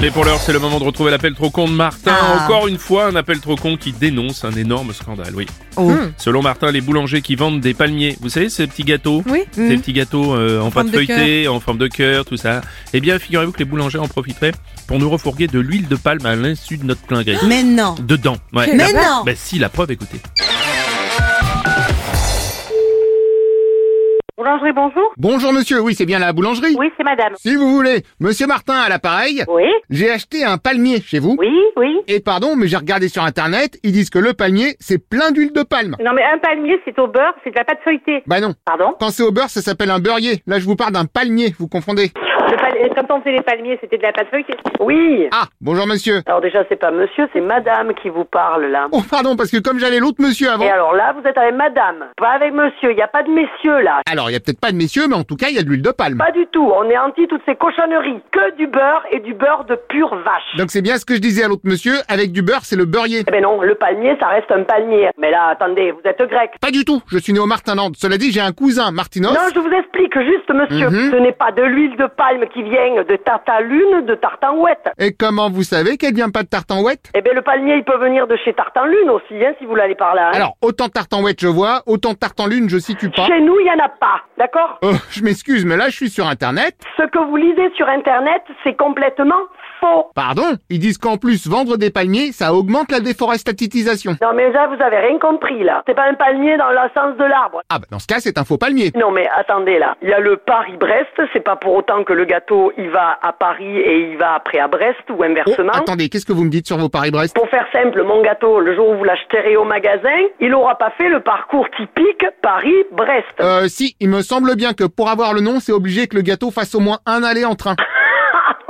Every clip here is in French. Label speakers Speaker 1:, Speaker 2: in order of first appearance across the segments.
Speaker 1: Mais pour l'heure, c'est le moment de retrouver l'appel trop con de Martin.
Speaker 2: Ah.
Speaker 1: Encore une fois, un appel trop con qui dénonce un énorme scandale, oui.
Speaker 3: Oh.
Speaker 1: Hmm.
Speaker 3: Hmm.
Speaker 1: Selon Martin, les boulangers qui vendent des palmiers, vous savez, ces petits gâteaux
Speaker 3: Oui. Hmm.
Speaker 1: Ces petits gâteaux euh, en pâte
Speaker 3: forme de
Speaker 1: feuilletée, en forme de cœur, tout ça. Eh bien, figurez-vous que les boulangers en profiteraient pour nous refourguer de l'huile de palme à l'insu de notre plein gré.
Speaker 3: Mais non
Speaker 1: Dedans, ouais.
Speaker 3: Quelle
Speaker 1: La-
Speaker 3: horreur. Hmm. non.
Speaker 1: Bah si, la preuve, écoutez.
Speaker 4: Boulangerie, bonjour.
Speaker 5: Bonjour monsieur, oui, c'est bien la boulangerie.
Speaker 4: Oui, c'est madame.
Speaker 5: Si vous voulez, monsieur Martin à l'appareil,
Speaker 4: Oui,
Speaker 5: j'ai acheté un palmier chez vous.
Speaker 4: oui, oui.
Speaker 5: Et pardon, mais j'ai regardé sur internet, ils disent que le palmier, c'est plein d'huile de palme.
Speaker 4: Non, mais un palmier, c'est au beurre, c'est de la pâte feuilletée.
Speaker 5: Bah non.
Speaker 4: Pardon
Speaker 5: Quand c'est au beurre, ça s'appelle un beurrier. Là, je vous parle d'un palmier, vous confondez.
Speaker 4: Le pal- Quand on faisait les palmiers, c'était de la pâte feuilletée. Oui.
Speaker 5: Ah, bonjour monsieur.
Speaker 4: Alors déjà, c'est pas monsieur, c'est madame qui vous parle, là.
Speaker 5: Oh pardon, parce que comme j'allais l'autre monsieur avant...
Speaker 4: Et alors là, vous êtes avec madame, pas avec monsieur. Il n'y a pas de messieurs, là.
Speaker 5: Alors, il y a peut-être pas de messieurs, mais en tout cas, il y a de l'huile de palme.
Speaker 4: Pas du tout. On est anti toutes ces cochonneries. Que du beurre et du beurre de pure vache.
Speaker 5: Donc c'est bien ce que je disais à l'autre monsieur, avec du beurre, c'est le beurrier.
Speaker 4: Eh ben non, le palmier, ça reste un palmier. Mais là, attendez, vous êtes grec.
Speaker 5: Pas du tout, je suis né au Martinland. Cela dit, j'ai un cousin, Martinos.
Speaker 4: Non, je vous explique juste, monsieur.
Speaker 5: Mhm.
Speaker 4: Ce n'est pas de l'huile de palme qui vient de tartalune, de tartanouette.
Speaker 5: Et comment vous savez qu'elle vient pas de Tartanouette
Speaker 4: Eh bien, le palmier, il peut venir de chez Tartan Lune aussi, hein, si vous l'allez par là. hein.
Speaker 5: Alors, autant Tartanouette je vois, autant Tartanlune je situe pas.
Speaker 4: Chez nous, il n'y en a pas, d'accord
Speaker 5: Euh, je m'excuse, mais là, je suis sur Internet.
Speaker 4: Ce que vous lisez sur Internet, c'est complètement faux.
Speaker 5: Pardon, ils disent qu'en plus, vendre des palmiers, ça augmente la déforestatisation.
Speaker 4: Non, mais là, vous avez rien compris, là. C'est pas un palmier dans le sens de l'arbre.
Speaker 5: Ah bah, dans ce cas, c'est un faux palmier.
Speaker 4: Non, mais attendez, là. Il y a le Paris-Brest, c'est pas pour autant que le gâteau, il va à Paris et il va après à Brest, ou
Speaker 5: Oh,
Speaker 4: inversement.
Speaker 5: attendez, qu'est-ce que vous me dites sur vos Paris-Brest
Speaker 4: Pour faire simple, mon gâteau, le jour où vous l'acheterez au magasin, il n'aura pas fait le parcours typique Paris-Brest.
Speaker 5: Euh, si, il me semble bien que pour avoir le nom, c'est obligé que le gâteau fasse au moins un aller en train.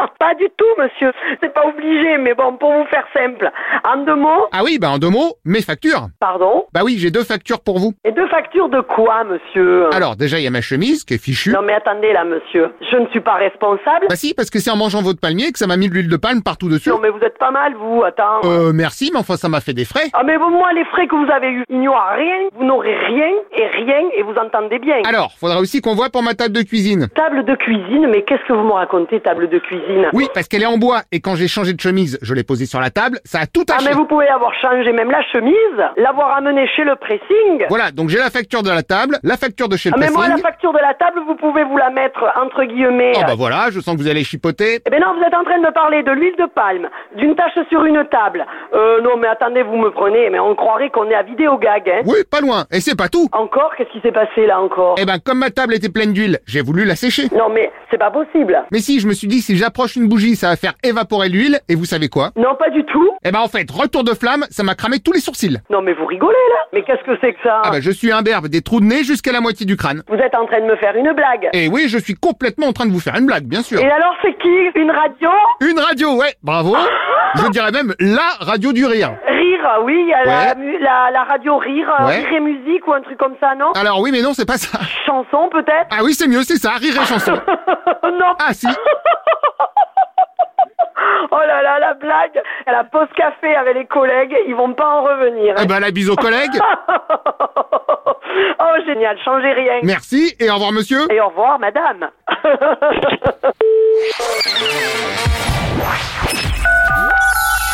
Speaker 4: Ah, pas du tout, monsieur. C'est pas obligé, mais bon, pour vous faire simple. En deux mots,
Speaker 5: Ah oui, bah en deux mots, mes factures.
Speaker 4: pardon.
Speaker 5: Bah oui, j'ai deux factures pour vous.
Speaker 4: Et deux factures de quoi, monsieur
Speaker 5: Alors, déjà, il y a ma chemise, qui est fichue.
Speaker 4: Euh, Non, mais attendez là, monsieur. Je ne suis pas responsable.
Speaker 5: Bah si, parce que c'est en mangeant votre palmier que ça m'a mis de l'huile de palme partout dessus.
Speaker 4: Non, mais vous êtes pas mal, vous. Attends.
Speaker 5: Euh, merci, mais enfin, ça m'a fait des frais.
Speaker 4: Ah, mais bon, moi, les frais que vous avez eus, il n'y aura rien. Vous n'aurez rien et rien et vous entendez bien.
Speaker 5: Alors, faudra aussi qu'on voit pour ma table de cuisine.
Speaker 4: Table de cuisine, mais qu'est-ce que vous me racontez, table de cuisine
Speaker 5: Oui, parce qu'elle est en bois, et quand j'ai changé de chemise, je l'ai posée sur la table, ça a tout
Speaker 4: Ah,
Speaker 5: taché.
Speaker 4: mais vous pouvez avoir changé même la chemise, l'avoir amenée chez le pressing.
Speaker 5: Voilà, donc j'ai la facture de la table, la facture de chez le
Speaker 4: Ah, mais moi, la
Speaker 5: pressing.
Speaker 4: facture de la table, vous pouvez vous la mettre entre guillemets.
Speaker 5: Oh bah voilà, je sens que vous allez chipoter.
Speaker 4: Eh ben non, vous êtes en train de me parler de l'huile de palme, d'une tache sur une table. Euh, non, mais attendez, vous me prenez, mais on croirait qu'on est à vidéogag, hein.
Speaker 5: Oui, pas loin, et c'est pas tout.
Speaker 4: Encore Qu'est-ce qui s'est passé, là, encore
Speaker 5: Eh ben, comme ma table était pleine d'huile, j'ai voulu la sécher.
Speaker 4: Non, mais c'est pas possible.
Speaker 5: Mais si, je me suis dit, si j'approche une bougie, ça va faire évaporer l'huile, et vous savez quoi
Speaker 4: Non, pas du tout.
Speaker 5: Eh ben en fait, retour de flamme, ça m'a cramé tous les sourcils.
Speaker 4: Non, mais vous rigolez, là. Mais qu'est-ce que c'est que ça
Speaker 5: Ah bah je suis imberbe des trous de nez jusqu'à la moitié du crâne.
Speaker 4: Vous êtes en train de me faire une blague.
Speaker 5: Et oui, je suis complètement en train de vous faire une blague, bien sûr.
Speaker 4: Et alors, c'est qui Une radio
Speaker 5: Une radio, ouais, bravo. Je dirais même la radio du rire.
Speaker 4: Rire, oui, il y a
Speaker 5: Ouais.
Speaker 4: la, mu- la, la radio Rire, euh,
Speaker 5: Ouais. Ah.
Speaker 4: Rire et musique ou un truc comme ça, non
Speaker 5: Alors oui, mais non, c'est pas ça.
Speaker 4: Chanson, peut-être
Speaker 5: Ah oui, c'est mieux, c'est ça, rire et chanson.
Speaker 4: Non
Speaker 5: Ah si.
Speaker 4: Oh là là, la blague À la pause café avec les collègues, ils vont pas en revenir. hein.
Speaker 5: Eh ben la bise aux collègues.
Speaker 4: oh, génial, changez rien.
Speaker 5: Merci et au revoir monsieur.
Speaker 4: Et au revoir, madame.